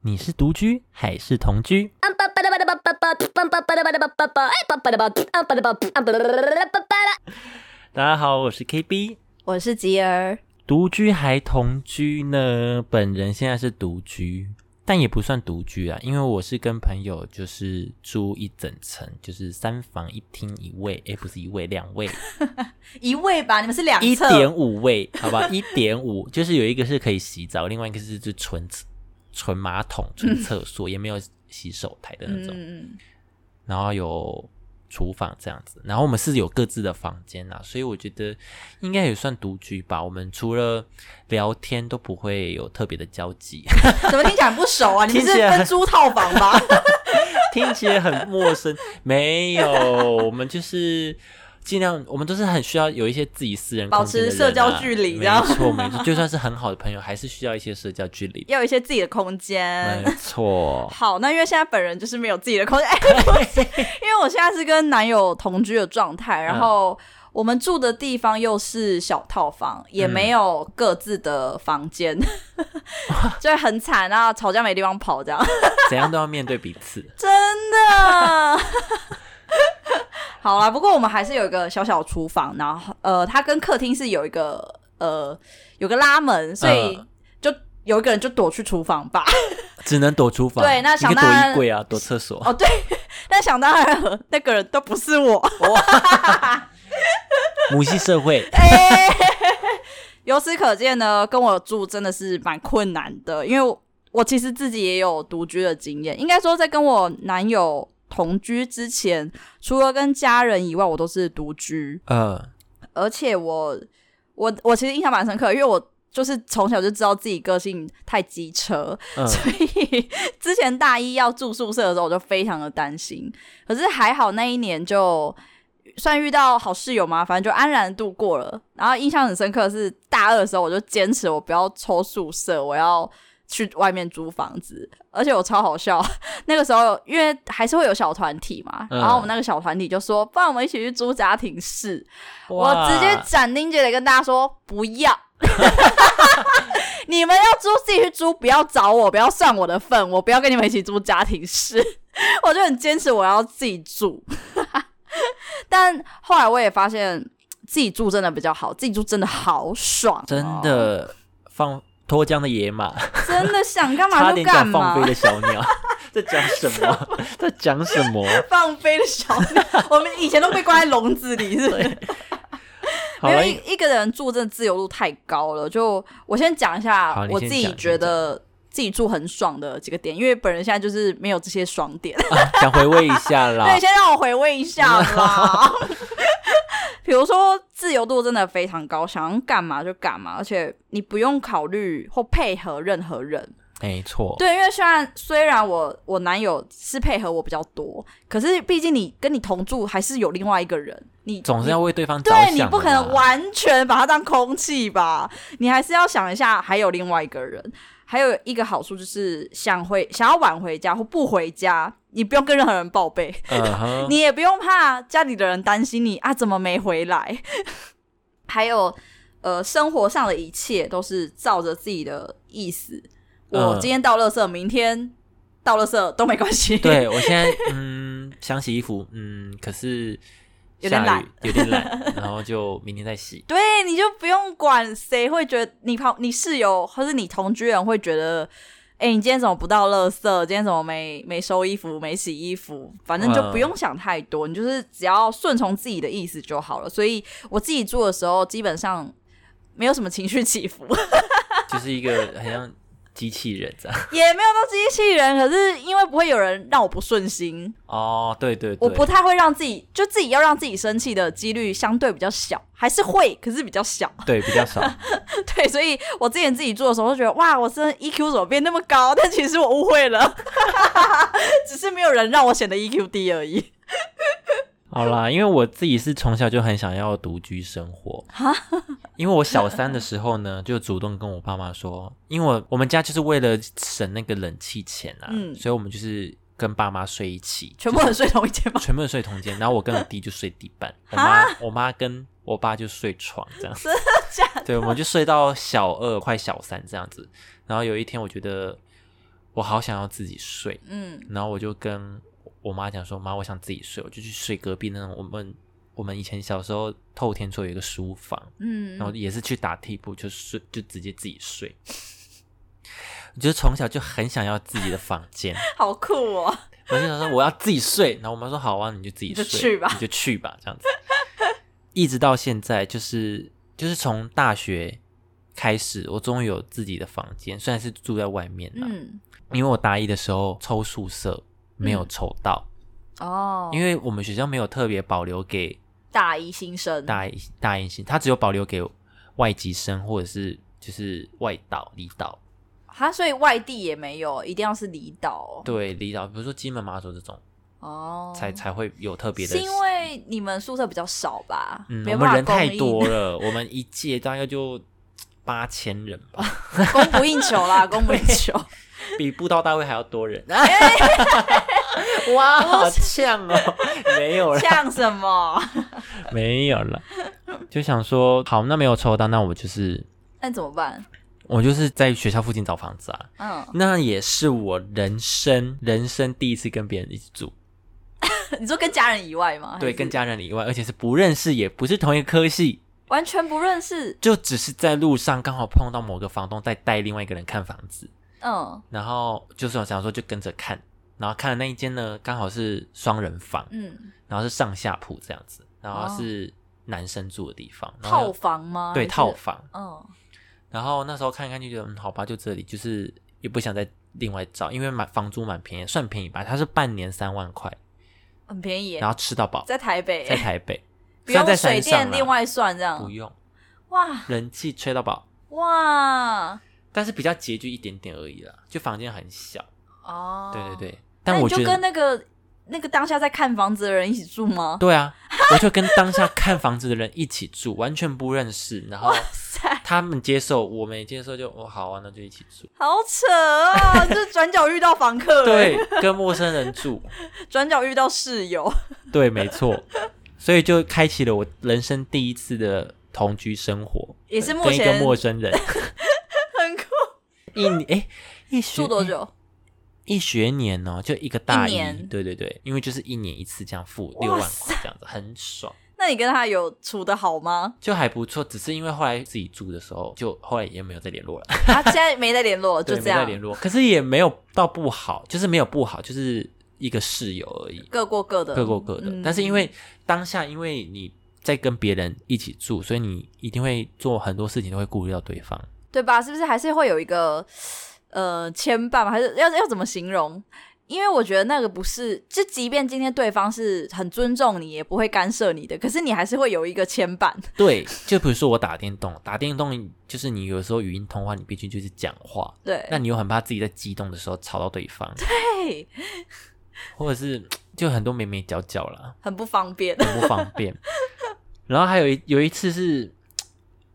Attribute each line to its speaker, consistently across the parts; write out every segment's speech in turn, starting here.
Speaker 1: 你是独居还是同居？大家好，我是 KB。
Speaker 2: 我是吉儿，
Speaker 1: 独居还同居呢？本人现在是独居，但也不算独居啊，因为我是跟朋友就是住一整层，就是三房一厅一卫，诶、不是一卫，两卫，
Speaker 2: 一位吧，你们是两
Speaker 1: 一
Speaker 2: 侧，
Speaker 1: 点五卫，好吧， 一点五，就是有一个是可以洗澡，另外一个是就纯纯马桶、纯厕所，也没有洗手台的那种。
Speaker 2: 嗯，
Speaker 1: 然后有厨房这样子，然后我们是有各自的房间啦，所以我觉得应该也算独居吧。我们除了聊天都不会有特别的交集，啊
Speaker 2: 怎么听起来很不熟啊？你 们
Speaker 1: 听
Speaker 2: 是
Speaker 1: 起来
Speaker 2: 分租套房吧？
Speaker 1: 听起来很陌生。 没有，我们就是尽量，我们都是很需要有一些自己私人
Speaker 2: 保
Speaker 1: 空间的
Speaker 2: 持
Speaker 1: 人啊
Speaker 2: 社交距离
Speaker 1: 没
Speaker 2: 这样
Speaker 1: 错，没错，就算是很好的朋友，还是需要一些社交距 离。
Speaker 2: 要有一些自己的空间
Speaker 1: 没。错，
Speaker 2: 好，那因为现在本人就是没有自己的空间，哎不是因为我现在是跟男友同居的状态，然
Speaker 1: 嗯
Speaker 2: 后我们住的地方又是小套房，也没有各自的房间， 就很惨啊，吵架没地方跑这样。
Speaker 1: 怎样都要面对彼此。
Speaker 2: 真的。 好啦，不过我们还是有一个小小厨房，然后呃，它跟客厅是有一个呃有个拉门，所以
Speaker 1: 嗯
Speaker 2: 就有一个人就躲去厨房吧。
Speaker 1: 只能躲厨房，
Speaker 2: 对那
Speaker 1: 你可以
Speaker 2: 想当
Speaker 1: 躲
Speaker 2: 然
Speaker 1: 衣柜啊，躲厕所。
Speaker 2: 哦，对，但想当然了，那个人都不是我。
Speaker 1: 母系社会，
Speaker 2: 由此可见呢，跟我住真的是蛮困难的，因为我我其实自己也有独居的经验，应该说在跟我男友同居之前，除了跟家人以外，我都是独居。
Speaker 1: 呃，
Speaker 2: 而且我我我其实印象蛮深刻，因为我就是从小就知道自己个性太机车，
Speaker 1: 嗯
Speaker 2: 所以之前大一要住宿舍的时候，我就非常的担心。可是还好那一年就。算遇到好室友嘛，反正就安然度过了。然后印象很深刻的是大二的时候，我就坚持我不要抽宿舍，我要去外面租房子。而且我超好笑， 那个时候因为还是会有小团体嘛，
Speaker 1: 嗯
Speaker 2: 然后我们那个小团体就说，不然我们一起去租家庭室。 我
Speaker 1: 哇
Speaker 2: 直接斩钉截铁跟大家说不要。 你们要租自己去租，不要找我，不要算我的份，我不要跟你们一起租家庭式。 我就很坚持我要自己住， 但后来我也发现自己住真的比较好，自己住真的好爽哦、
Speaker 1: 真的放脱缰的野马，
Speaker 2: 真的想干嘛
Speaker 1: 差
Speaker 2: 就
Speaker 1: 点
Speaker 2: 干
Speaker 1: 讲
Speaker 2: 嘛，
Speaker 1: 放飞的小 鸟，在讲什么？在讲什么？
Speaker 2: 放飞的小鸟，我们以前都被关在笼子里，是不是？
Speaker 1: 好
Speaker 2: 因
Speaker 1: 了
Speaker 2: 为，一一个人住真的自由度太高了。就我先讲一
Speaker 1: 好
Speaker 2: 下
Speaker 1: 你
Speaker 2: 我
Speaker 1: 先
Speaker 2: 自己
Speaker 1: 讲
Speaker 2: 觉得自己住很爽的几个点，因为本人现在就是没有这些爽点。
Speaker 1: 啊想回味一下啦
Speaker 2: 对，。先让我回味一下 啦。比如说自由度真的非常高，想要干嘛就干嘛，而且你不用考虑或配合任何人。
Speaker 1: 没错，
Speaker 2: 对，因为虽然虽然我我男友是配合我比较多，可是毕竟你跟你同住还是有另外一个人，你
Speaker 1: 总是要为对方着
Speaker 2: 对
Speaker 1: 想
Speaker 2: 你
Speaker 1: 的啦。
Speaker 2: 不可能完全把它当空气吧？你还是要想一下，还有另外一个人，还有一个好处就是想回想要晚回家或不回家，你不用跟任何人报备，
Speaker 1: 嗯哼，
Speaker 2: 你也不用怕家里的人担心你啊，怎么没回 来？还有呃，生活上的一切都是照着自己的意思，我
Speaker 1: 嗯
Speaker 2: 今天到垃圾，明天到垃圾都没关系。
Speaker 1: 对我现在嗯想洗衣服，嗯，可是
Speaker 2: 有点
Speaker 1: 下雨，有点 懒，然后就明天再洗。
Speaker 2: 对，你就不用管谁会觉得你旁你室友或是你同居人会觉得，哎、你今天怎么不到垃圾？今天怎么没没收衣服、没洗衣服？反正就
Speaker 1: 嗯
Speaker 2: 不用想太多，你就是只要顺从自己的意思就好了。所以我自己做的时候，基本上没有什么情绪起伏，
Speaker 1: 就是一个很像机器人这样。
Speaker 2: 也没有到机器人。可是因为不会有人让我不顺心，
Speaker 1: 哦，对对对，
Speaker 2: 我不太会让自己就自己要让自己生气的几率相对比较小，还是会，可是比较小。
Speaker 1: 对比较少。
Speaker 2: 对，所以我之前自己做的时候，就觉得哇，我真的 EQ 怎么变那么高？ 但其实我误会了， 只是没有人让我显得 EQ 低而已。
Speaker 1: 好啦，因为我自己是从小就很想要独居生活，因为我小三的时候呢，就主动跟我爸妈说，因为我我们家就是为了省那个冷气钱啊，
Speaker 2: 嗯
Speaker 1: 所以我们就是跟爸妈睡一起，
Speaker 2: 全部人睡同一间 吗？
Speaker 1: 全部人睡同间，然后我跟我弟就睡地板，我妈我妈跟我爸就睡床这样子，对，我们就睡到小二快小三这样子，然后有一天我觉得。我好想要自己睡，
Speaker 2: 嗯
Speaker 1: 然后我就跟我妈讲说，妈，我想自己睡，我就去睡隔壁那种我们我们以前小时候透天厝有一个书房，
Speaker 2: 嗯
Speaker 1: 然后也是去打替补，就睡就直接自己睡。我就从小就很想要自己的房间，
Speaker 2: 好酷哦！
Speaker 1: 我就想说我要自己睡，然后我妈说好啊，你就自己
Speaker 2: 你就
Speaker 1: 睡，
Speaker 2: 去吧
Speaker 1: 你就去吧，这样子， 一直到现在，就是就是从大学开始，我终于有自己的房间，虽然是住在外面啦，
Speaker 2: 嗯
Speaker 1: 因为我大一的时候抽宿舍没有
Speaker 2: 嗯
Speaker 1: 抽到，
Speaker 2: 哦，
Speaker 1: 因
Speaker 2: 为
Speaker 1: 为我们学校没有特别保留给
Speaker 2: 大一新生，
Speaker 1: 大一大一新，它只有保留给外籍生或者是就是外岛离岛，
Speaker 2: 他所以外地也没有，一定要是离岛哦
Speaker 1: 对离岛，比如说金门、马祖这种，
Speaker 2: 哦，
Speaker 1: 才才会有特别的。
Speaker 2: 是因为你们宿舍比较少吧？
Speaker 1: 嗯，
Speaker 2: 没
Speaker 1: 我
Speaker 2: 有
Speaker 1: 们
Speaker 2: 办
Speaker 1: 人
Speaker 2: 法
Speaker 1: 太
Speaker 2: 供应
Speaker 1: 多，了， 我们一届大概就八千人 吧，
Speaker 2: 供不应求啦， 供不应求。
Speaker 1: 比布道大会还要多人。 哇，好呛哦！没有啦，
Speaker 2: 像什么？
Speaker 1: 没有啦，就想说，好，那没有抽到，那我就是
Speaker 2: 那怎么办？
Speaker 1: 我就是在学校附近找房子啊。
Speaker 2: 嗯，
Speaker 1: 那也是我人生人生第一次跟别人一起住，
Speaker 2: 你说跟家人以外吗？还
Speaker 1: 对，
Speaker 2: 是
Speaker 1: 跟家人以外，而且是不认识，也不是同一个科系，
Speaker 2: 完全不认识。
Speaker 1: 就只是在路上刚好碰到某个房东在带另外一个人看房子，
Speaker 2: 嗯
Speaker 1: 然后就是我想说就跟着看，然后看的那一间呢刚好是双人房，
Speaker 2: 嗯，哦
Speaker 1: 然后是上下铺这样子，然后是男生住的地方，然后
Speaker 2: 套房吗？
Speaker 1: 对
Speaker 2: 还是
Speaker 1: 套。房，
Speaker 2: 嗯
Speaker 1: 然后那时候看一看就觉得嗯好吧，就这里，就是也不想再另外找，因为买房租蛮便宜，算便宜吧，它是半年三万块，
Speaker 2: 很便宜耶
Speaker 1: 然，后吃到饱，
Speaker 2: 在台北
Speaker 1: 在
Speaker 2: 耶，
Speaker 1: 台北，
Speaker 2: 不
Speaker 1: 虽然
Speaker 2: 用
Speaker 1: 在
Speaker 2: 水
Speaker 1: 山上
Speaker 2: 电
Speaker 1: 啦
Speaker 2: 另外算这
Speaker 1: 不
Speaker 2: 样。
Speaker 1: 用
Speaker 2: 哇
Speaker 1: 人气吹到饱，
Speaker 2: 哇
Speaker 1: 但是比较拮据一点点而已啦，就房间很小，
Speaker 2: 哦！
Speaker 1: 对对，对，
Speaker 2: 那
Speaker 1: 但
Speaker 2: 你
Speaker 1: 我
Speaker 2: 就
Speaker 1: 觉
Speaker 2: 跟
Speaker 1: 得
Speaker 2: 那个那个当下在看房子的人一起住吗？
Speaker 1: 对啊，我就跟当下看房子的人一起住，完全不认识，然后
Speaker 2: 哇塞，
Speaker 1: 他们接受，我没接受就哦好啊，那就一起住，
Speaker 2: 好扯哦！ 这转角遇到房客，，
Speaker 1: 对，跟陌生人住，
Speaker 2: 转角遇到室友，
Speaker 1: 对，没错，所以就开启了我人生第一次的同居生活，
Speaker 2: 也是目
Speaker 1: 跟一个
Speaker 2: 前
Speaker 1: 陌生 人
Speaker 2: 很酷。
Speaker 1: 一哎、诶一学
Speaker 2: 住多久？
Speaker 1: 嗯一学年哦，就一个大
Speaker 2: 一
Speaker 1: 一，
Speaker 2: 年
Speaker 1: 对对对，因为就是一年一次这样付
Speaker 2: 哇
Speaker 1: 六万
Speaker 2: 塞
Speaker 1: 块这样子，很爽，
Speaker 2: 那你跟他有处的好吗？
Speaker 1: 就还不错。只是因为后来自己住的时候，就后来也没有再联络了，
Speaker 2: 他现在没在联络 了，
Speaker 1: 对
Speaker 2: 就这
Speaker 1: 没再
Speaker 2: 样，
Speaker 1: 联络。可是也没有到不好，就是没有不好，就是一个室友而已，
Speaker 2: 各过各的，
Speaker 1: 各过各的。
Speaker 2: 嗯
Speaker 1: 但是因为当下，因为你在跟别人一起住，所以你一定会做很多事情都会顾虑到对方。
Speaker 2: 对吧？是不是还是会有一个呃牵绊吗？还是要要怎么形容？因为我觉得那个不是，就即便今天对方是很尊重你，也不会干涉你的，可是你还是会有一个牵绊。
Speaker 1: 对，就比如说我打电动，打电动就是你有时候语音通话，你必须就是讲话，
Speaker 2: 对，
Speaker 1: 那你又很怕自己在激动的时候吵到对方，
Speaker 2: 嘿，
Speaker 1: 或者是就很多眉眉角角啦，
Speaker 2: 很不方便。
Speaker 1: 很不方便。 然后还有一有一次是，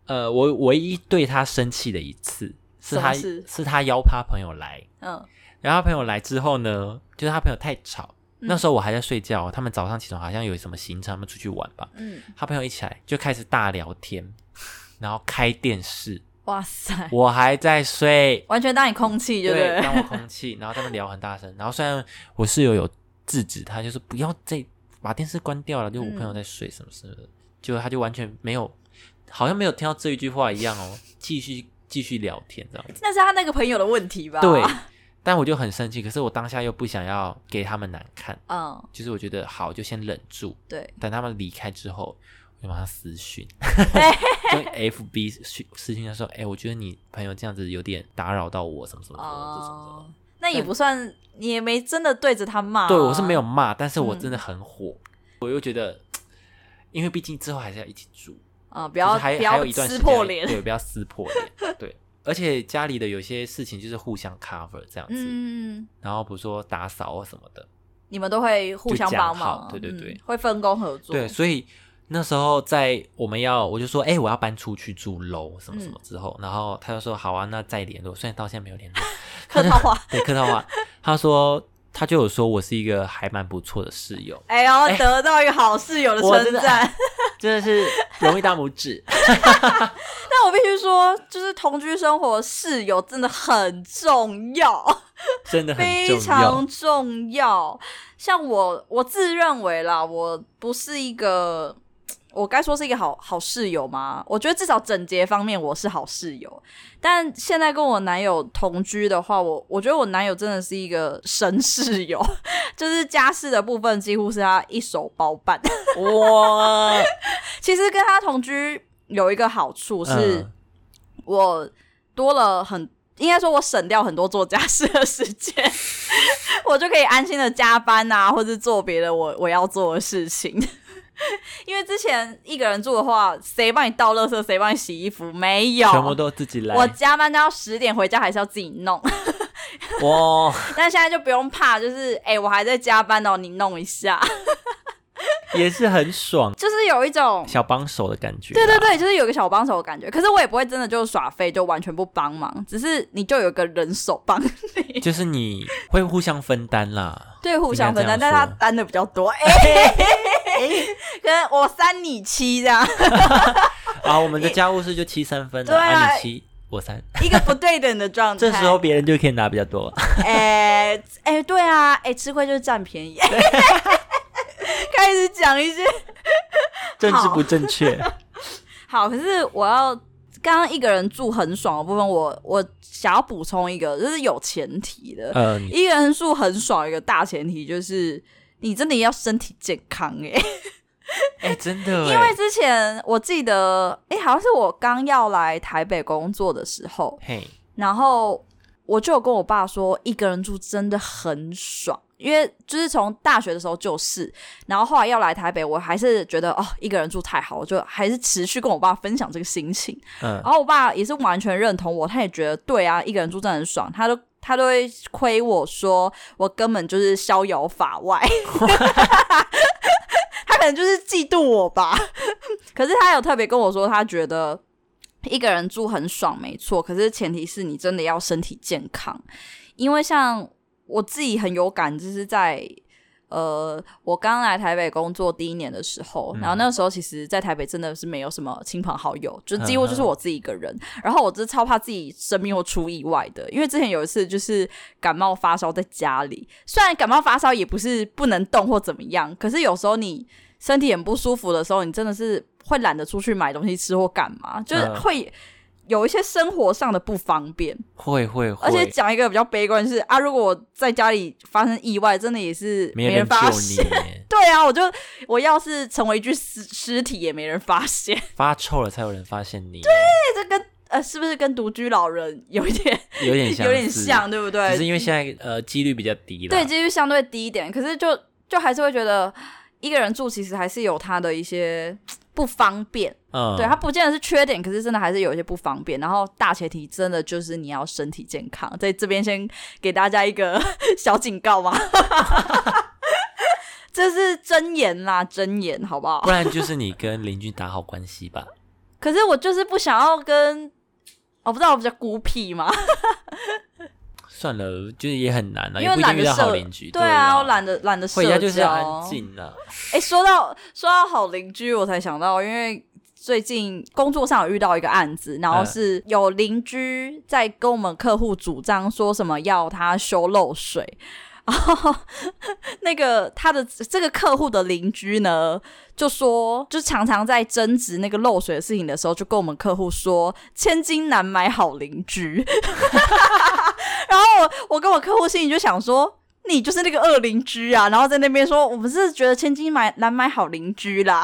Speaker 1: 呃，我唯一对他生气的一次是
Speaker 2: 什么
Speaker 1: 他
Speaker 2: 事
Speaker 1: 是他邀他朋友来，
Speaker 2: 嗯，
Speaker 1: 然后他朋友来之后呢，就是他朋友太吵，
Speaker 2: 嗯
Speaker 1: 那时候我还在睡觉，他们早上起床好像有什么行程，他们出去玩吧。
Speaker 2: 嗯，
Speaker 1: 他朋友一起来就开始大聊天，然后开电视，
Speaker 2: 哇塞，
Speaker 1: 我还在睡，
Speaker 2: 完全当你空气，对不
Speaker 1: 对，
Speaker 2: 对？
Speaker 1: 当我空气，然后他们聊很大声，然后虽然我室友有制止他，就是不要再把电视关掉了，就我
Speaker 2: 嗯
Speaker 1: 朋友在睡什么什么的，结果他就完全没有，好像没有听到这一句话一样哦，继续继续聊天这样子，
Speaker 2: 那是他那个朋友的问题吧？
Speaker 1: 对，但我就很生气，可是我当下又不想要给他们难看，
Speaker 2: 嗯，
Speaker 1: 就是我觉得好就先忍住，
Speaker 2: 对，
Speaker 1: 等他们离开之后，我就马上私讯，就 FB 私私讯他说，哎、我觉得你朋友这样子有点打扰到我，什么什么什么这种的。
Speaker 2: 哦，那也不算，你也没真的对着他骂啊、嗯
Speaker 1: 对我是没有骂，但是我真的很火，我又觉得，因为毕竟之后还是要一起住，
Speaker 2: 啊、不
Speaker 1: 不
Speaker 2: 要
Speaker 1: 还
Speaker 2: 不
Speaker 1: 还有
Speaker 2: 要
Speaker 1: 一段时
Speaker 2: 撕
Speaker 1: 间
Speaker 2: 破脸，
Speaker 1: 对，不要撕破脸，对。而且家里的有些事情就是互相 cover 这样子，
Speaker 2: 嗯，
Speaker 1: 然后比如说打扫啊什么的，
Speaker 2: 你们都会互相帮
Speaker 1: 就讲
Speaker 2: 忙，
Speaker 1: 好对对对
Speaker 2: 嗯会分工合作，
Speaker 1: 对，所以那时候在我们要，我就说，哎、我要搬出去住楼什么什么
Speaker 2: 嗯
Speaker 1: 之后，然后他就说，好啊，那再联络。虽然到现在没有联络，
Speaker 2: 客套话。
Speaker 1: 对，客套话，他说他就有说我是一个还蛮不错的室友，
Speaker 2: 哎呦，得到一个好室友的
Speaker 1: 我
Speaker 2: 称
Speaker 1: 真的
Speaker 2: 赞。
Speaker 1: 真的是容易大拇指。
Speaker 2: 但我必须说，就是同居生活室友真的很重要，
Speaker 1: 真的很
Speaker 2: 非
Speaker 1: 重要
Speaker 2: 常。重要。像我，我自认为啦，我不是一个，我该说是一个好好室友吗？我觉得至少整洁方面我是好室友，但现在跟我男友同居的话，我我觉得我男友真的是一个神室友，就是家事的部分几乎是他一手包办。
Speaker 1: 哇，
Speaker 2: 其实跟他同居有一个好处是
Speaker 1: 嗯，
Speaker 2: 我多了很，应该说我省掉很多做家事的时间， 我就可以安心的加班啊，或是做别的我我要做的事情。 因为之前一个人住的话，谁帮你倒垃圾，谁帮你洗衣服，没有，
Speaker 1: 全部都自己来。
Speaker 2: 我加班到十点回家还是要自己弄。
Speaker 1: 哇，
Speaker 2: 但现在就不用怕，就是哎、我还在加班哦，你弄一下，
Speaker 1: 也是很爽，
Speaker 2: 就是有一种
Speaker 1: 小帮手的感觉。啊
Speaker 2: 对对，对，就是有个小帮手的感觉。可是我也不会真的就耍废，就完全不帮忙，只是你就有个人手帮，
Speaker 1: 就是你会互相分担啦。
Speaker 2: 对，互相分担。
Speaker 1: 应该
Speaker 2: 但
Speaker 1: 这样
Speaker 2: 他
Speaker 1: 说
Speaker 2: 担的比较 多， 哎、可能我三你七这样，
Speaker 1: 啊，我们的家务事就七三分
Speaker 2: 对
Speaker 1: 了，
Speaker 2: 啊
Speaker 1: 啊，你七，我三。
Speaker 2: 一个不对等的状态。
Speaker 1: 这时候，别人就可以拿比较多。
Speaker 2: 哎、哎、对啊，哎、吃亏就是占便宜。 开始讲一些
Speaker 1: 政治不正确，
Speaker 2: 好，可是我要刚刚一个人住很爽的部分，我我想要补充一个，就是有前提的。
Speaker 1: 呃，你
Speaker 2: 一个人住很爽，一个大前提就是你真的要身体健康哎、
Speaker 1: 哎、真的哎，
Speaker 2: 因为之前我记得，哎、好像是我刚要来台北工作的时候，
Speaker 1: 嘿，
Speaker 2: 然后我就有跟我爸说，一个人住真的很爽。因为就是从大学的时候就是，然后后来要来台北，我还是觉得哦，一个人住太好，我就还是持续跟我爸分享这个心情。
Speaker 1: 嗯、
Speaker 2: 然后我爸也是完全认同我，他也觉得对啊，一个人住真的很爽，他都他都会亏我说我根本就是逍遥法外，他可能就是嫉妒我吧。 可是他有特别跟我说，他觉得。一个人住很爽，没错。可是前提是你真的要身体健康，因为像我自己很有感，就是在呃，我刚来台北工作第一年的时候，然后那个时候其实，在台北真的是没有什么亲朋好友，就几乎就是我自己一个人。然后我真的超怕自己生病或出意外的，因为之前有一次就是感冒发烧在家里，虽然感冒发烧也不是不能动或怎么样，可是有时候你身体很不舒服的时候，你真的是会懒得出去买东西吃或干嘛，就是
Speaker 1: 嗯
Speaker 2: 会。有一些生活上的不方便，
Speaker 1: 会会会，
Speaker 2: 而且讲一个比较悲观的是啊，如果我在家里发生意外，真的也是
Speaker 1: 没
Speaker 2: 人
Speaker 1: 人救
Speaker 2: 发
Speaker 1: 你
Speaker 2: 现。
Speaker 1: 耶，
Speaker 2: 对啊，我就我要是成为一具尸尸体，也没人发现。
Speaker 1: 发臭了才有人发现你，对，
Speaker 2: 这跟呃，是不是跟独居老人有一点
Speaker 1: 有点像，
Speaker 2: 有点像，，对不
Speaker 1: 只是
Speaker 2: 对？
Speaker 1: 因为现在呃几率比较低了，
Speaker 2: 对，几率相对低一点，可是就就还是会觉得一个人住其实还是有他的一些不方便。
Speaker 1: 嗯，
Speaker 2: 对，它不见得是缺点，可是真的还是有一些不方便。然后大前提真的就是你要身体健康，在这边先给大家一个 小警告嘛， 这是真言啦，真言好不好
Speaker 1: 不？然就是你跟邻居打好关系吧，
Speaker 2: 可是我就是不想要跟，我、不知道我比较孤僻嘛，
Speaker 1: 啊算了，就是也很难了，啊
Speaker 2: 因
Speaker 1: 也
Speaker 2: 为
Speaker 1: 不一定
Speaker 2: 懒
Speaker 1: 遇
Speaker 2: 得
Speaker 1: 到好
Speaker 2: 社
Speaker 1: 邻居，
Speaker 2: 对
Speaker 1: 啊，
Speaker 2: 啊，我懒得懒得社
Speaker 1: 回家就是要
Speaker 2: 交
Speaker 1: 安。静啊 了，
Speaker 2: 哎、说到说到好邻居，我才想到，因为最近工作上有遇到一个案子，然后
Speaker 1: 嗯
Speaker 2: 是有邻居在跟我们客户主张说什么要他修漏水，然后那个他的这个客户的邻居呢，就说就常常在争执那个漏水的事情的时候，就跟我们客户说千金难买好邻居，然后我我跟我客户心里就想说。你就是那个恶邻居啊！然后在那边说，我们是觉得千金买难买好邻居啦。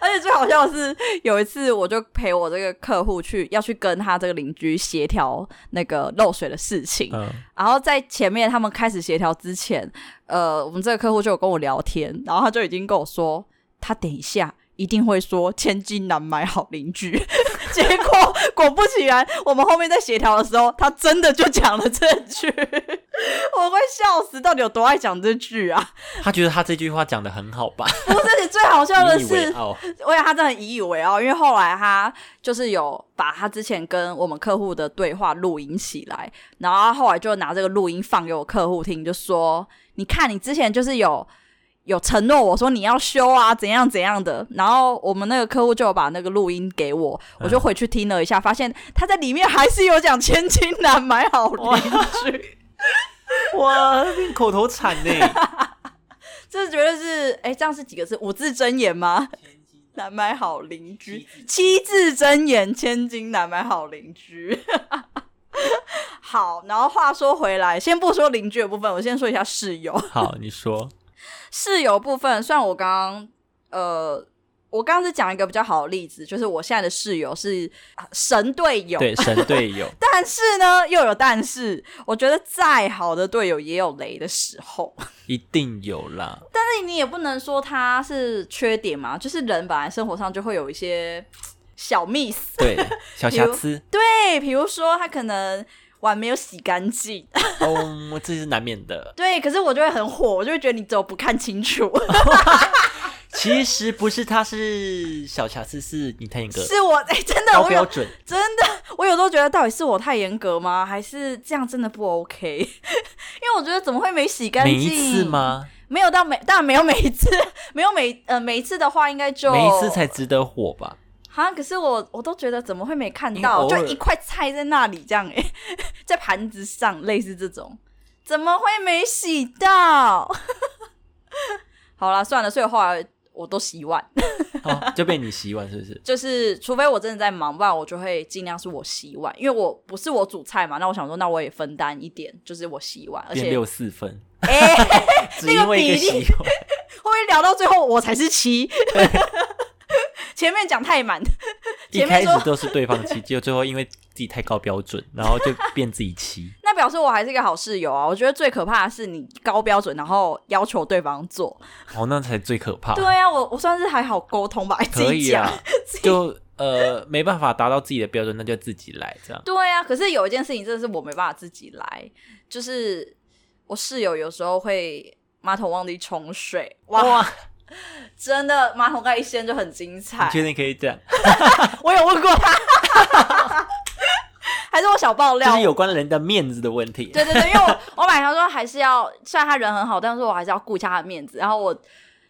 Speaker 2: 而且最好笑的是，有一次我就陪我这个客户去要去跟他这个邻居协调那个漏水的事情，
Speaker 1: 嗯，
Speaker 2: 然后在前面他们开始协调之前，呃，我们这个客户就有跟我聊天，然后他就已经跟我说，他等一下一定会说千金难买好邻居。 结果果不其然，我们后面在协调的时候，他真的就讲了这句， 我会笑死，到底有多爱讲这句啊？
Speaker 1: 他觉得他这句话讲的很好吧，
Speaker 2: 不是，你最好笑的
Speaker 1: 引以为啊
Speaker 2: 是，
Speaker 1: 傲，
Speaker 2: 我也他真的很引以为哦傲，因为后来他就是有把他之前跟我们客户的对话录音起来，然后他后来就拿这个录音放给我客户听，就说：“你看，你之前就是有有承诺我说你要修啊，怎样怎样的。然后我们那个客户就有把那个录音给我，我
Speaker 1: 嗯
Speaker 2: 就回去听了一下，发现他在里面还是有讲千金难买好邻居，
Speaker 1: 哇，变口头禅呢。
Speaker 2: 这绝对是哎，这样是几个字？五字真言吗？难买好邻居，七字真言，千金难买好邻居。 好，然后话说回来，先不说邻居的部分，我先说一下室友。
Speaker 1: 好，你说，
Speaker 2: 室友部分，虽然我刚刚呃，我刚刚是讲一个比较好的例子，就是我现在的室友是啊神队友，
Speaker 1: 对，神队友，
Speaker 2: 但是呢，又有但是，我觉得再好的队友也有雷的时候，
Speaker 1: 一定有啦。
Speaker 2: 但是你也不能说他是缺点嘛，就是人本来生活上就会有一些小 miss，
Speaker 1: 对，小瑕疵，
Speaker 2: 对，比如说他可能碗没有洗干净，
Speaker 1: 哦，这是难免的。
Speaker 2: 对，可是我就会很火，我就会觉得你怎么不看清楚？
Speaker 1: 其实不是，他是小瑕疵，是你太严格，
Speaker 2: 是我哎、真的，
Speaker 1: 高
Speaker 2: 我
Speaker 1: 标
Speaker 2: 有
Speaker 1: 准。
Speaker 2: 真的，我有时候觉得到底是我太严格吗？还是这样真的不 OK？因 为我觉得怎么会没洗干
Speaker 1: 每
Speaker 2: 净？
Speaker 1: 一次？吗？
Speaker 2: 没有到每，当然没有每一次， 没有每呃每一次的话，应该就
Speaker 1: 每一次才值得火吧？
Speaker 2: 哈。可是我我都觉得怎么会没看
Speaker 1: 因为
Speaker 2: 到？
Speaker 1: 偶尔
Speaker 2: 就一块菜在那里这样哎、 在盘子上，类似这种，怎么会没洗到？ 好啦，算了，所以后来我都洗碗，
Speaker 1: 哦，就被你洗碗是不是？
Speaker 2: 就是除非我真的在忙，不然我就会尽量是我洗碗，因为我不是我煮菜嘛。那我想说，那我也分担一点，就是我洗碗，而
Speaker 1: 变
Speaker 2: 且
Speaker 1: 六四分，
Speaker 2: 哎、
Speaker 1: 只因为一个
Speaker 2: 比例
Speaker 1: 洗碗。
Speaker 2: 会不会聊到最后我才是七？ 前面讲太满，
Speaker 1: 一
Speaker 2: 前
Speaker 1: 开
Speaker 2: 面
Speaker 1: 始
Speaker 2: 说
Speaker 1: 都是对方七，结果最后因为自己太高标准，然后就变自己七。
Speaker 2: 那表示我还是一个好室友啊。我觉得最可怕的是你高标准，然后要求对方做。
Speaker 1: 哦，那才最可怕。
Speaker 2: 对啊，我我算是还好沟通吧，自
Speaker 1: 可
Speaker 2: 己
Speaker 1: 以
Speaker 2: 讲。
Speaker 1: 啊，就呃没办法达到自己的标准，那就自己来这样。
Speaker 2: 对啊，可是有一件事情真的是我没办法自己来，就是我室友有时候会马桶忘记冲水，哇，真的马桶盖一掀就很精彩
Speaker 1: 你。确定可以这样？
Speaker 2: 我有问过他， 还是我小爆
Speaker 1: 就
Speaker 2: 料
Speaker 1: 是。有关人的面子的问题。
Speaker 2: 对对对，因为我我本来想说还是要，虽然他人很好，但是我还是要顾一下他的面子。然后我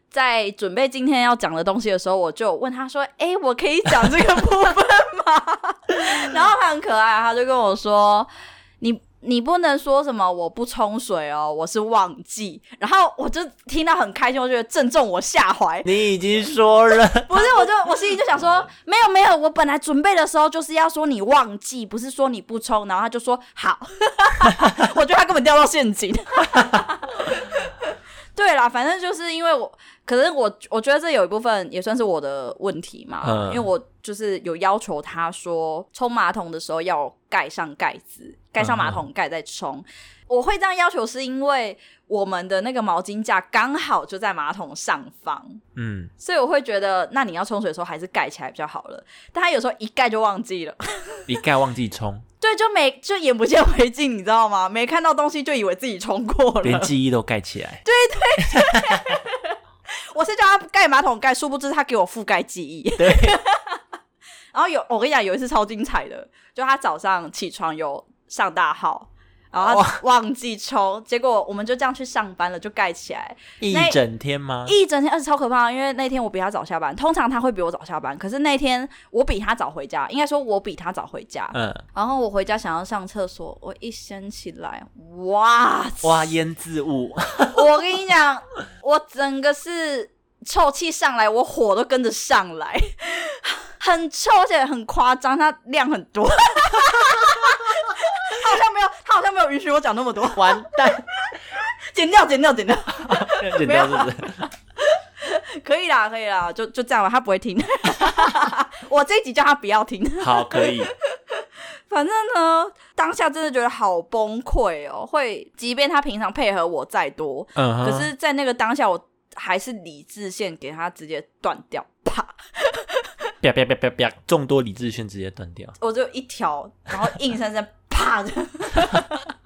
Speaker 2: 在准备今天要讲的东西的时候，我就问他说：“哎、我可以讲这个部分吗？” 然后他很可爱，他就跟我说：“你你不能说什么我不冲水哦，我是忘记。”然后我就听到很开心，我觉得正中我下怀。
Speaker 1: 你已经说了，
Speaker 2: 不是，我就我心里就想说，没有没有，我本来准备的时候就是要说你忘记，不是说你不冲，然后他就说好， 我觉得他根本掉到陷阱。 对啦，反正就是因为我，可是我我觉得这有一部分也算是我的问题嘛，
Speaker 1: 嗯
Speaker 2: 因为我就是有要求他说冲马桶的时候要盖上盖子，盖上马桶盖再冲。我会这样要求是因为我们的那个毛巾架刚好就在马桶上方，
Speaker 1: 嗯，
Speaker 2: 所以我会觉得，那你要冲水的时候还是盖起来比较好了。但他有时候一盖就忘记了，
Speaker 1: 一概忘记冲，
Speaker 2: 对，就没就眼不见为净，你知道吗？没看到东西就以为自己冲过
Speaker 1: 连
Speaker 2: 了。
Speaker 1: 记忆都盖起来。
Speaker 2: 我是叫他盖马桶盖，殊不知他给我覆盖记忆。对。 然后有我跟你讲，有一次超精彩的，就他早上起床有上大号。然后他忘记抽，结果我们就这样去上班了，就盖起来。
Speaker 1: 一
Speaker 2: 那
Speaker 1: 整天吗？
Speaker 2: 一整天，而且超可怕，因为那天我比他早下班，通常他会比我早下班，可是那天我比他早回家，应该说我比他早回家。
Speaker 1: 嗯，
Speaker 2: 然后我回家想要上厕所，我一掀起来，哇！
Speaker 1: 哇，腌渍 物，
Speaker 2: 我跟你讲，我整个是臭气上来，我火都跟着上来， 很臭，而且很夸张，它量很多。 他好像没有，他好像没有允许我讲那么多，
Speaker 1: 完蛋，
Speaker 2: 剪掉，剪掉，剪掉，
Speaker 1: 忍掉是不是？
Speaker 2: 可以啦，可以啦，就就这样吧，他不会听。 我这一集叫他不要听。
Speaker 1: 好，可以。
Speaker 2: 反正呢，当下真的觉得好崩溃哦，会，即便他平常配合我再多，
Speaker 1: 嗯哼，
Speaker 2: 可是，在那个当下，我还是理智线给他直接断掉，啪！
Speaker 1: 啪啪啪啪啪，众多理智线直接断 掉。
Speaker 2: 我就一条，然后硬生生啪的。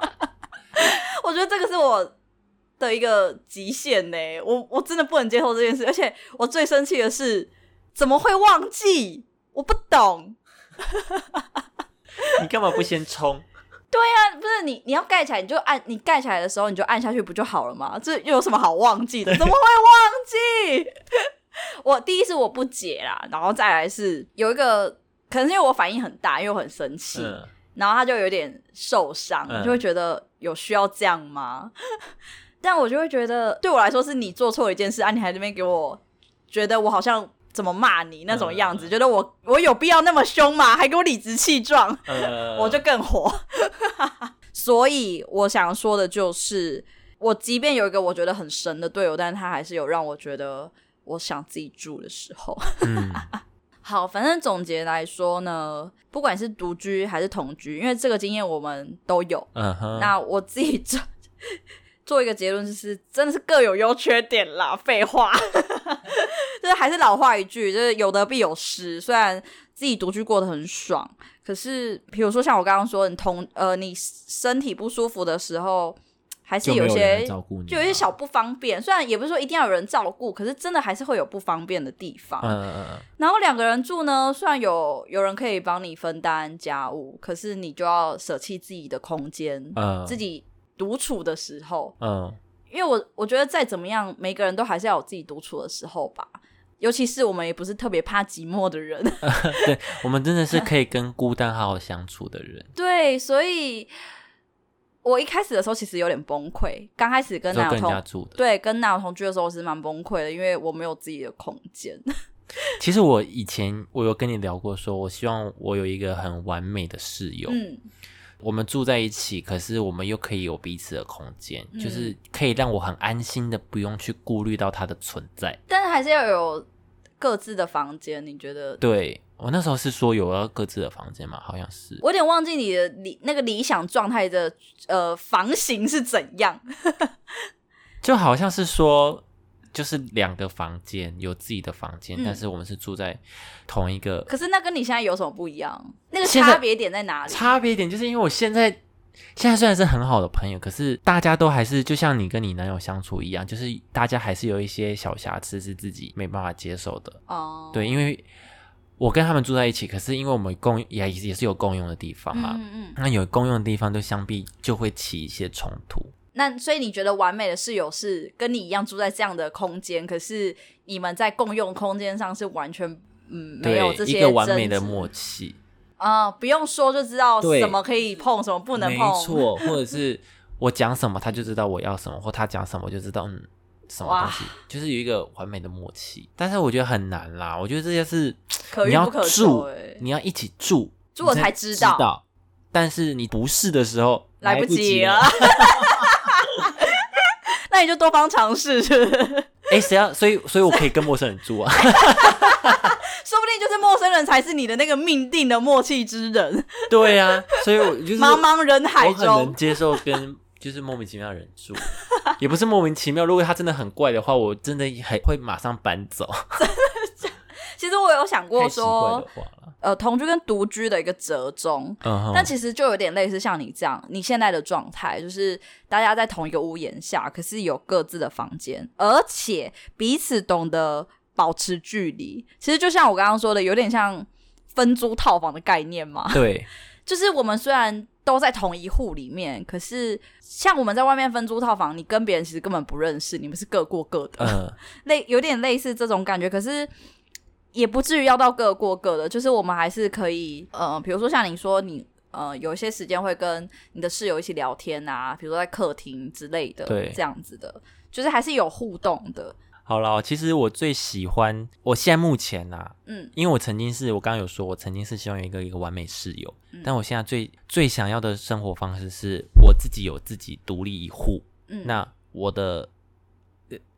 Speaker 2: 我觉得这个是我的一个极限呢、我我真的不能接受这件事，而且我最生气的是，怎么会忘记？我不懂，
Speaker 1: 你干嘛不先冲？
Speaker 2: 但啊不是你，你要盖起来，你就按你盖起来的时候你就按下去不就好了吗？这又有什么好忘 记的？怎么会忘记？我第一是我不解啦，然后再来是有一个，可能是因为我反应很大，因为我很生气，
Speaker 1: 嗯，
Speaker 2: 然后他就有点受伤，
Speaker 1: 嗯
Speaker 2: 就会觉得有需要这样吗？ 但我就会觉得，对我来说是你做错一件事啊，你还在那边给我觉得我好像怎么骂你那种样子，
Speaker 1: 嗯
Speaker 2: 觉得我我有必要那么凶吗？还给我理直气壮，
Speaker 1: 呃
Speaker 2: 嗯我就更火。 所以我想说的就是，我即便有一个我觉得很神的队友，但是他还是有让我觉得我想自己住的时候。
Speaker 1: 嗯
Speaker 2: 好，反正总结来说呢，不管是独居还是同居，因为这个经验我们都有。
Speaker 1: 嗯哼，
Speaker 2: 那我自己做 做一个结论，就是真的是各有优缺点啦。 废话，就是还是老话一句，就是有得必有失。虽然自己独居过得很爽，可是比如说像我刚刚说，你同呃你身体不舒服的时候，还是
Speaker 1: 就没有人
Speaker 2: 些
Speaker 1: 来照顾你，啊
Speaker 2: 就有些小，不方便。虽然也不是说一定要有人照顾，可是真的还是会有不方便的地方。
Speaker 1: 嗯嗯嗯，
Speaker 2: 然后两个人住呢，虽然有有人可以帮你分担家务，可是你就要舍弃自己的空间，
Speaker 1: 嗯
Speaker 2: 自己独处的时候。
Speaker 1: 嗯
Speaker 2: 因为我我觉得再怎么样，每个人都还是要有自己独处的时候吧。尤其是我们也不是特别怕寂寞的人，
Speaker 1: 对，我们真的是可以跟孤单好好相处的 人，
Speaker 2: 对，所以我一开始的时候其实有点崩溃。刚开始跟
Speaker 1: 就
Speaker 2: 男友
Speaker 1: 跟人家
Speaker 2: 同
Speaker 1: 住的。
Speaker 2: 啊对跟男友同居的时候，我是蛮崩溃的，因为我没有自己的空间。
Speaker 1: 其实我以前我有跟你聊过说我希望我有一个很完美的室友，
Speaker 2: 嗯
Speaker 1: 我们住在一起，可是我们又可以有彼此的空间，
Speaker 2: 嗯
Speaker 1: 就是可以让我很安心的，不用去顾虑到他的存在。
Speaker 2: 但是还是要有各自的房间，你觉得
Speaker 1: 对我那时候是说有要各自的房间嘛，好像是。
Speaker 2: 我有点忘记你的理那个理想状态的呃房型是怎样。
Speaker 1: 就好像是说，就是两个房间有自己的房间，
Speaker 2: 嗯
Speaker 1: 但是我们是住在同一个。
Speaker 2: 可是那跟你现在有什么不一样？那个
Speaker 1: 现在
Speaker 2: 差别点在哪里？
Speaker 1: 差别点就是因为我现在现在虽然是很好的朋友，可是大家都还是就像你跟你男友相处一样，就是大家还是有一些小瑕疵是自己没办法接受的。
Speaker 2: 哦，
Speaker 1: 对，因为我跟他们住在一起，可是因为我们共也也是有共用的地方
Speaker 2: 嗯
Speaker 1: 嘛，
Speaker 2: 嗯嗯。
Speaker 1: 那有共用的地方就相必就会起一些冲突。
Speaker 2: 那所以你觉得完美的室友是跟你一样住在这样的空间，可是你们在共用空间上是完全嗯没
Speaker 1: 对
Speaker 2: 有这，些
Speaker 1: 一个完美的
Speaker 2: 争执
Speaker 1: 默契。
Speaker 2: 啊、不用说就知道
Speaker 1: 对
Speaker 2: 什么可以碰，什么不能碰。
Speaker 1: 没错，或者是我讲什么他就知道我要什么，或他讲什么我就知道嗯什么东西，就是有一个完美的默契。但是我觉得很难啦，我觉得这些是
Speaker 2: 可遇
Speaker 1: 你要
Speaker 2: 不可
Speaker 1: 住
Speaker 2: 求欸
Speaker 1: 你要一起住，
Speaker 2: 住
Speaker 1: 你
Speaker 2: 了才
Speaker 1: 知
Speaker 2: 知道
Speaker 1: 但是你不是的时候
Speaker 2: 来
Speaker 1: 不
Speaker 2: 不及
Speaker 1: 了
Speaker 2: 了。。那你就多方尝试，是 不是？
Speaker 1: 哎，谁要？所以，所以我可以跟陌生人住啊。
Speaker 2: 说不定就是陌生人才是你的那个命定的默契之人，
Speaker 1: 对啊，所以我就是
Speaker 2: 茫茫人海
Speaker 1: 我很能
Speaker 2: 中。
Speaker 1: 接受跟就是莫名其妙的人住， 也不是莫名其妙。如果他真的很怪的话，我真的很会马上搬走。
Speaker 2: 其实我有想过
Speaker 1: 太奇怪
Speaker 2: 说
Speaker 1: 的，话了。
Speaker 2: 呃，同居跟独居的一个折中，
Speaker 1: 嗯哼，
Speaker 2: 但其实就有点类似像你这样，你现在的状态就是大家在同一个屋檐下，可是有各自的房间，而且彼此懂得保持距离。其实就像我刚刚说的，有点像分租套房的概念嘛。
Speaker 1: 对，
Speaker 2: 就是我们虽然都在同一户里面，可是像我们在外面分租套房，你跟别人其实根本不认识，你们是各过各的，
Speaker 1: 嗯，
Speaker 2: 类有点类似这种感觉。可是也不至于要到各过各的，就是我们还是可以，呃，比如说像你说你。呃，有一些时间会跟你的室友一起聊天啊，比如说在客厅之类的，
Speaker 1: 对
Speaker 2: 这样子的，就是还是有互动的。
Speaker 1: 好啦，其实我最喜欢，我现在目前呐、啊，
Speaker 2: 嗯，
Speaker 1: 因为我曾经是我刚刚有说，我曾经是希望有一个一个完美室友，
Speaker 2: 嗯
Speaker 1: 但我现在最最想要的生活方式是我自己有自己独立一户，
Speaker 2: 嗯
Speaker 1: 那我的。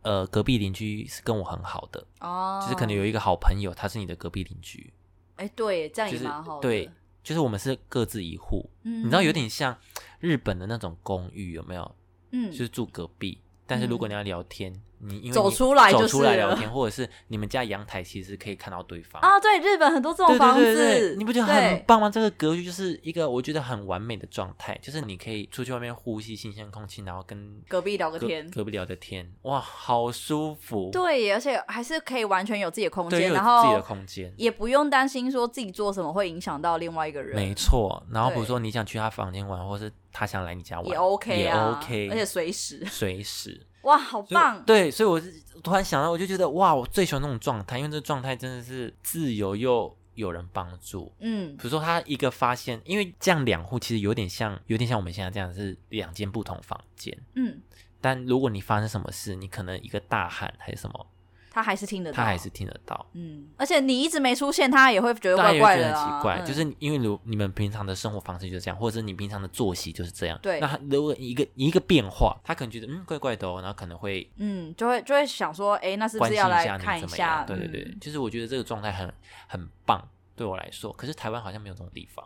Speaker 1: 呃，隔壁邻居是跟我很好的，
Speaker 2: 哦，
Speaker 1: 就是可能有一个好朋友，他是你的隔壁邻居，
Speaker 2: 哎、对耶，这样
Speaker 1: 就
Speaker 2: 也
Speaker 1: 是
Speaker 2: 蛮好的。
Speaker 1: 对，就是我们是各自一户，
Speaker 2: 嗯，
Speaker 1: 你知道有点像日本的那种公寓有没有？
Speaker 2: 嗯，
Speaker 1: 就是住隔壁，但是如果你要聊天，你因为你
Speaker 2: 走出来就
Speaker 1: 走
Speaker 2: 是
Speaker 1: 出来聊
Speaker 2: 了
Speaker 1: 天，或者是你们家阳台其实可以看到对方。
Speaker 2: 啊，对，日本很多这种
Speaker 1: 对
Speaker 2: 房子，
Speaker 1: 对对对，你不觉得很
Speaker 2: 对
Speaker 1: 棒吗？这个格局就是一个我觉得很完美的状态，就是你可以出去外面呼吸新鲜空气，然后跟
Speaker 2: 隔壁聊个
Speaker 1: 隔
Speaker 2: 天，
Speaker 1: 隔壁聊的天，哇，好舒服。
Speaker 2: 对耶，而且还是可以完全有自己的空
Speaker 1: 对，
Speaker 2: 间，
Speaker 1: 又有
Speaker 2: 然
Speaker 1: 自己的
Speaker 2: 后
Speaker 1: 空间，
Speaker 2: 也不用担心说自己做什么会影响到另外一个人
Speaker 1: 没，错。然后比如
Speaker 2: 对
Speaker 1: 说你想去他房间玩，或是他想来你家玩，
Speaker 2: 也 OK 啊
Speaker 1: 也
Speaker 2: 而且
Speaker 1: OK，
Speaker 2: 随时，
Speaker 1: 随时。
Speaker 2: 哇，好
Speaker 1: 所以
Speaker 2: 棒，
Speaker 1: 对，所以我是突然想到，我就觉得哇，我最喜欢那种状态，因为这状态真的是自由又有人帮助。
Speaker 2: 嗯
Speaker 1: 比如说他一个发现，因为这样两户其实有点像，有点像我们现在这样是两间不同房间。
Speaker 2: 嗯，
Speaker 1: 但如果你发生什么事，你可能一个大喊还是什么，
Speaker 2: 他还是听得到，
Speaker 1: 他还是听得到。
Speaker 2: 嗯，而且你一直没出现，他也会觉得
Speaker 1: 当然
Speaker 2: 怪
Speaker 1: 也会觉
Speaker 2: 怪
Speaker 1: 得
Speaker 2: 的
Speaker 1: 很
Speaker 2: 啊，
Speaker 1: 奇怪，
Speaker 2: 嗯
Speaker 1: 就是因为如你们平常的生活方式就是这样，或者是你平常的作息就是这样。
Speaker 2: 对
Speaker 1: 那他如果一个一个变化，他可能觉得嗯怪怪的哦，然后可能会
Speaker 2: 嗯，就会就会想说，哎，那是不
Speaker 1: 关
Speaker 2: 是
Speaker 1: 心
Speaker 2: 要
Speaker 1: 下
Speaker 2: 来
Speaker 1: 你
Speaker 2: 看一
Speaker 1: 怎么样
Speaker 2: 下？。
Speaker 1: 对对对，
Speaker 2: 嗯
Speaker 1: 就是我觉得这个状态很很棒。对我来说，可是台湾好像没有这种 地方，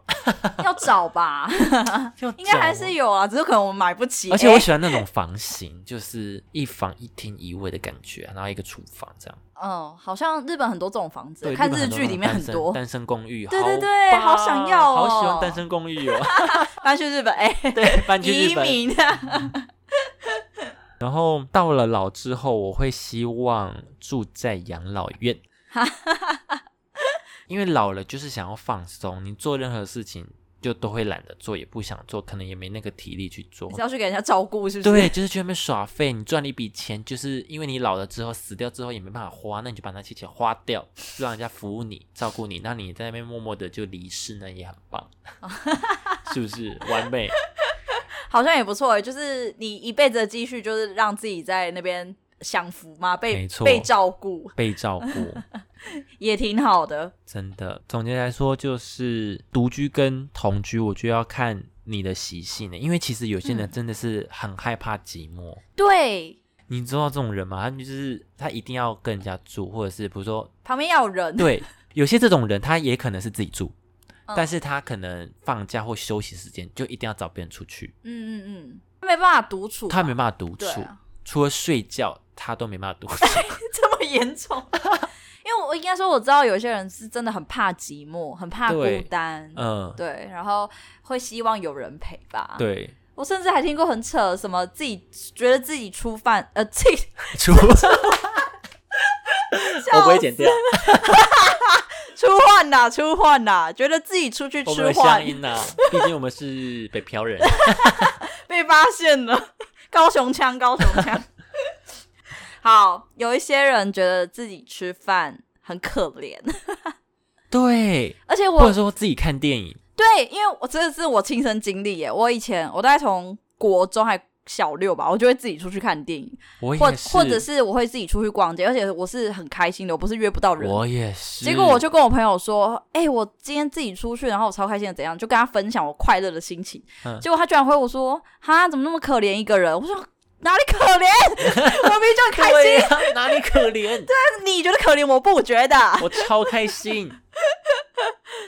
Speaker 2: 要找吧，应该还是
Speaker 1: 有。
Speaker 2: 有啊，只是可能我们买不起。
Speaker 1: 而且我
Speaker 2: 诶
Speaker 1: 喜欢那种房型，就是一房一厅一卫的感觉，啊然后一个厨房这样。
Speaker 2: 嗯，好像日本很多这种房子，
Speaker 1: 对，
Speaker 2: 看
Speaker 1: 日本
Speaker 2: 日
Speaker 1: 多
Speaker 2: 剧
Speaker 1: 那
Speaker 2: 里
Speaker 1: 种
Speaker 2: 面
Speaker 1: 单
Speaker 2: 很
Speaker 1: 身
Speaker 2: 多。
Speaker 1: 单身公寓，
Speaker 2: 对
Speaker 1: 好
Speaker 2: 对对好
Speaker 1: 棒
Speaker 2: 想要
Speaker 1: 好喜欢
Speaker 2: 哦
Speaker 1: 单身公寓哦。
Speaker 2: 搬去日本，哎、
Speaker 1: 对，搬去日
Speaker 2: 移
Speaker 1: 本，
Speaker 2: 民啊
Speaker 1: 然后到了老之后，我会希望住在养老 院，因为老了就是想要放松，你做任何事情就都会懒得做，也不想做，可能也没那个体力去做
Speaker 2: 你是。要去给人家照顾，是不是？
Speaker 1: 对，就是去外面耍废，你赚了一笔钱，就是因为你老了之后死掉之后也没办法花，那你就把那些钱花掉，就让人家服务你、照顾你，那你在那边默默的就离世，那也很 棒，是不是完美？
Speaker 2: 好像也不错、哎，就是你一辈子的积蓄，就是让自己在那边享福嘛，被
Speaker 1: 没错
Speaker 2: 被照顾
Speaker 1: 被照顾。
Speaker 2: 也挺好的。
Speaker 1: 真的，总结来说就是独居跟同居，我觉得要看你的习性呢。因为其实有些人
Speaker 2: 嗯
Speaker 1: 真的是很害怕寂寞，
Speaker 2: 对，
Speaker 1: 你知道这种人吗？他们就是他一定要跟人家住，或者是比如说，
Speaker 2: 旁边要有人，
Speaker 1: 对，有些这种人他也可能是自己住，
Speaker 2: 嗯
Speaker 1: 但是他可能放假或休息时间就一定要找别人出去，
Speaker 2: 嗯嗯嗯，他没办法独处吧，
Speaker 1: 他没办法独
Speaker 2: 对
Speaker 1: 处，
Speaker 2: 啊
Speaker 1: 除了睡觉他都没办法独处。
Speaker 2: 这么严重。 因为我应该说，我知道有些人是真的很怕寂寞，很怕孤
Speaker 1: 对
Speaker 2: 单，
Speaker 1: 嗯，
Speaker 2: 对，啊然后会希望有人陪吧。
Speaker 1: 对，
Speaker 2: 我甚至还听过很扯，什么自己觉得自己出饭，呃，自己
Speaker 1: 除我不会剪掉，
Speaker 2: 出换呐，出换呐，觉得自己出去
Speaker 1: 我
Speaker 2: 吃
Speaker 1: 们有
Speaker 2: 饭
Speaker 1: 乡音呐、毕竟我们是北漂 人。
Speaker 2: 被发现了，高雄腔，高雄腔。 好，有一些人觉得自己吃饭很可怜，
Speaker 1: 对，
Speaker 2: 而且
Speaker 1: 或
Speaker 2: 我
Speaker 1: 者说自己看电影，
Speaker 2: 对，因为我这是我亲身经历耶，我以前我大概从国中还小六吧，我就会自己出去看电影，
Speaker 1: 我
Speaker 2: 或
Speaker 1: 也是，
Speaker 2: 或者是我会自己出去逛街，而且我是很开心的，我不是约不到人，
Speaker 1: 我也是。
Speaker 2: 结果我就跟我朋友说：“哎、我今天自己出去，然后我超开心的，怎样？”就跟他分享我快乐的心情。
Speaker 1: 嗯
Speaker 2: 结果他居然回我说：“哈，怎么那么可怜一个人？”我说：“哪里可怜？我明明就很开
Speaker 1: 对
Speaker 2: 心，
Speaker 1: 呀、哪里可 怜？
Speaker 2: 你觉得可怜，我不 觉得，
Speaker 1: 我超开心。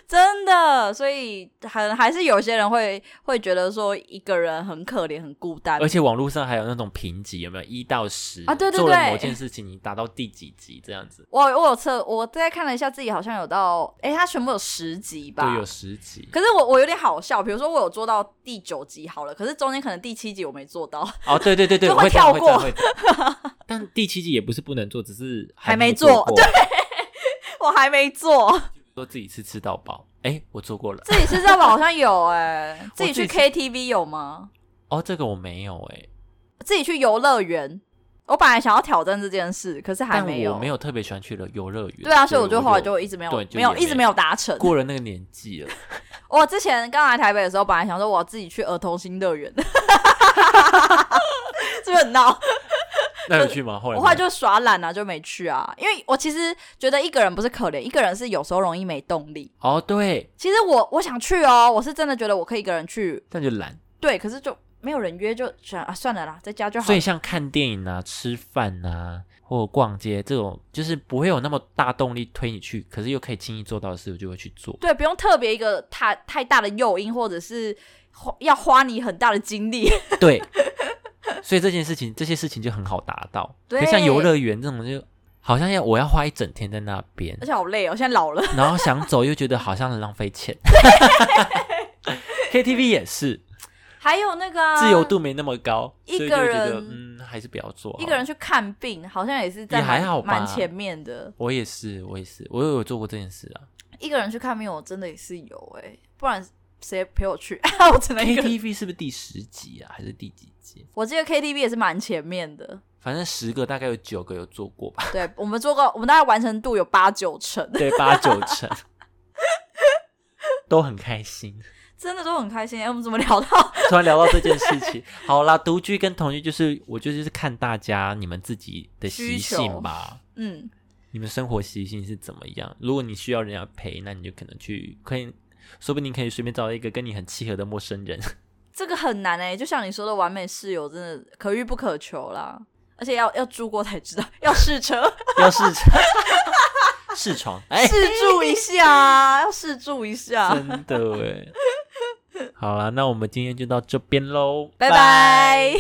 Speaker 2: 真的。所以很还是有些人会会觉得说一个人很可怜，很孤单
Speaker 1: 而。且网络上还有那种评级，有没有一到十
Speaker 2: 啊对对
Speaker 1: 做了
Speaker 2: 对
Speaker 1: 某件事情，你达到第几级这样子？
Speaker 2: 我我有测，我大概看了一下，自己好像有到，哎、他全部有十集吧，
Speaker 1: 对，有十级
Speaker 2: 可是我我有点好笑，比如说我有做到第九集好了，可是中间可能第七集我没做到，
Speaker 1: 哦，对对对对，
Speaker 2: 就
Speaker 1: 我
Speaker 2: 会
Speaker 1: 会这样
Speaker 2: 跳
Speaker 1: 会这样
Speaker 2: 过
Speaker 1: 会这 样但第七季也不是不能做，只是
Speaker 2: 还没
Speaker 1: 没
Speaker 2: 做
Speaker 1: 过。
Speaker 2: 我还没做。
Speaker 1: 说自己吃吃到饱，哎，我做过了。
Speaker 2: 自己吃到饱好像 有哎、自己去
Speaker 1: 自己
Speaker 2: KTV 有吗？
Speaker 1: 哦，这个我没有哎，
Speaker 2: 自己去游乐园，我本来想要挑战这件事，可是还
Speaker 1: 但
Speaker 2: 没有，
Speaker 1: 我没有特别喜欢去了游乐园。
Speaker 2: 对啊，所以我就后来就
Speaker 1: 我
Speaker 2: 一直没有
Speaker 1: 对就
Speaker 2: 没有
Speaker 1: 也
Speaker 2: 一直
Speaker 1: 没
Speaker 2: 没有达成。
Speaker 1: 过了那个年纪 了。
Speaker 2: 我之前刚来台北的时候，本来想说我要自己去儿童新乐园， 是不是很闹？
Speaker 1: 那有去吗？后来
Speaker 2: 我后来
Speaker 1: 没有
Speaker 2: 就耍懒啊，就没去啊。因为我其实觉得一个人不是可怜，一个人是有时候容易没动力。
Speaker 1: 哦，对，
Speaker 2: 其实我我想去哦，我是真的觉得我可以一个人去，
Speaker 1: 但就懒。
Speaker 2: 对，可是就没有人约，就想啊算了啦，在家就好
Speaker 1: 所
Speaker 2: 了
Speaker 1: 以。像看电影啊、吃饭啊，或逛街这种，就是不会有那么大动力推你去，可是又可以轻易做到的事，我就会去 做。
Speaker 2: 对，不用特别一个太太大的诱因，或者是花要花你很大的精力。
Speaker 1: 对，所以这件事情，这些事情就很好达到。
Speaker 2: 对
Speaker 1: 可像游乐园这种就，好像要我要花一整天在那 边
Speaker 2: 而，且好累哦，现在老了。
Speaker 1: 然后想走又觉得好像很浪费钱。KTV 也是，
Speaker 2: 还有那个啊
Speaker 1: 自由，度没那么高，
Speaker 2: 一
Speaker 1: 所以
Speaker 2: 个
Speaker 1: 就会觉得
Speaker 2: 人
Speaker 1: 嗯，还是不要做。
Speaker 2: 一个人，去看病好像也是在
Speaker 1: 也哦还
Speaker 2: 蛮
Speaker 1: 好吧
Speaker 2: 蛮前面的。
Speaker 1: 我也是，我也是，我有做过这件事啊。
Speaker 2: 一个人去看病，我真的也是有哎、不然谁陪我去？ 我只能一个人。
Speaker 1: KTV 是不是第十集啊，还是第几集？
Speaker 2: 我记得 KTV 也是蛮前面的，
Speaker 1: 反正十个大概有九个有做过吧，
Speaker 2: 对我们做过，我们大概完成度有八九成，
Speaker 1: 对，八九成 都很开心。
Speaker 2: 真的都很开心。哎、我们怎么聊到？
Speaker 1: 突然聊到这件事情，好啦，独居跟同居就是我觉得就是看大家你们自己的习性吧，
Speaker 2: 嗯，
Speaker 1: 你们生活习性是怎么样。如果你需要人家陪，那你就可能去可以，说不定可以随便找一个跟你很契合的陌生 人。
Speaker 2: 这个很难哎、就像你说的，完美室友真的可遇不可求啦，而且要要住过才知道， 要试车
Speaker 1: 要试试床，哎、
Speaker 2: 试住一下啊，要试住一下。
Speaker 1: 真的哎。好啦，那我们今天就到这边喽，
Speaker 2: 拜拜。